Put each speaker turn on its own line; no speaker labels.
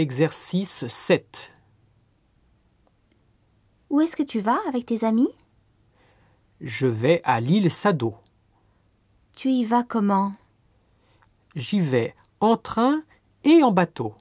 Exercice 7.
Où est-ce que tu vas avec tes amis
Je vais à l'île Sado.
Tu y vas comment
J'y vais en train et en bateau.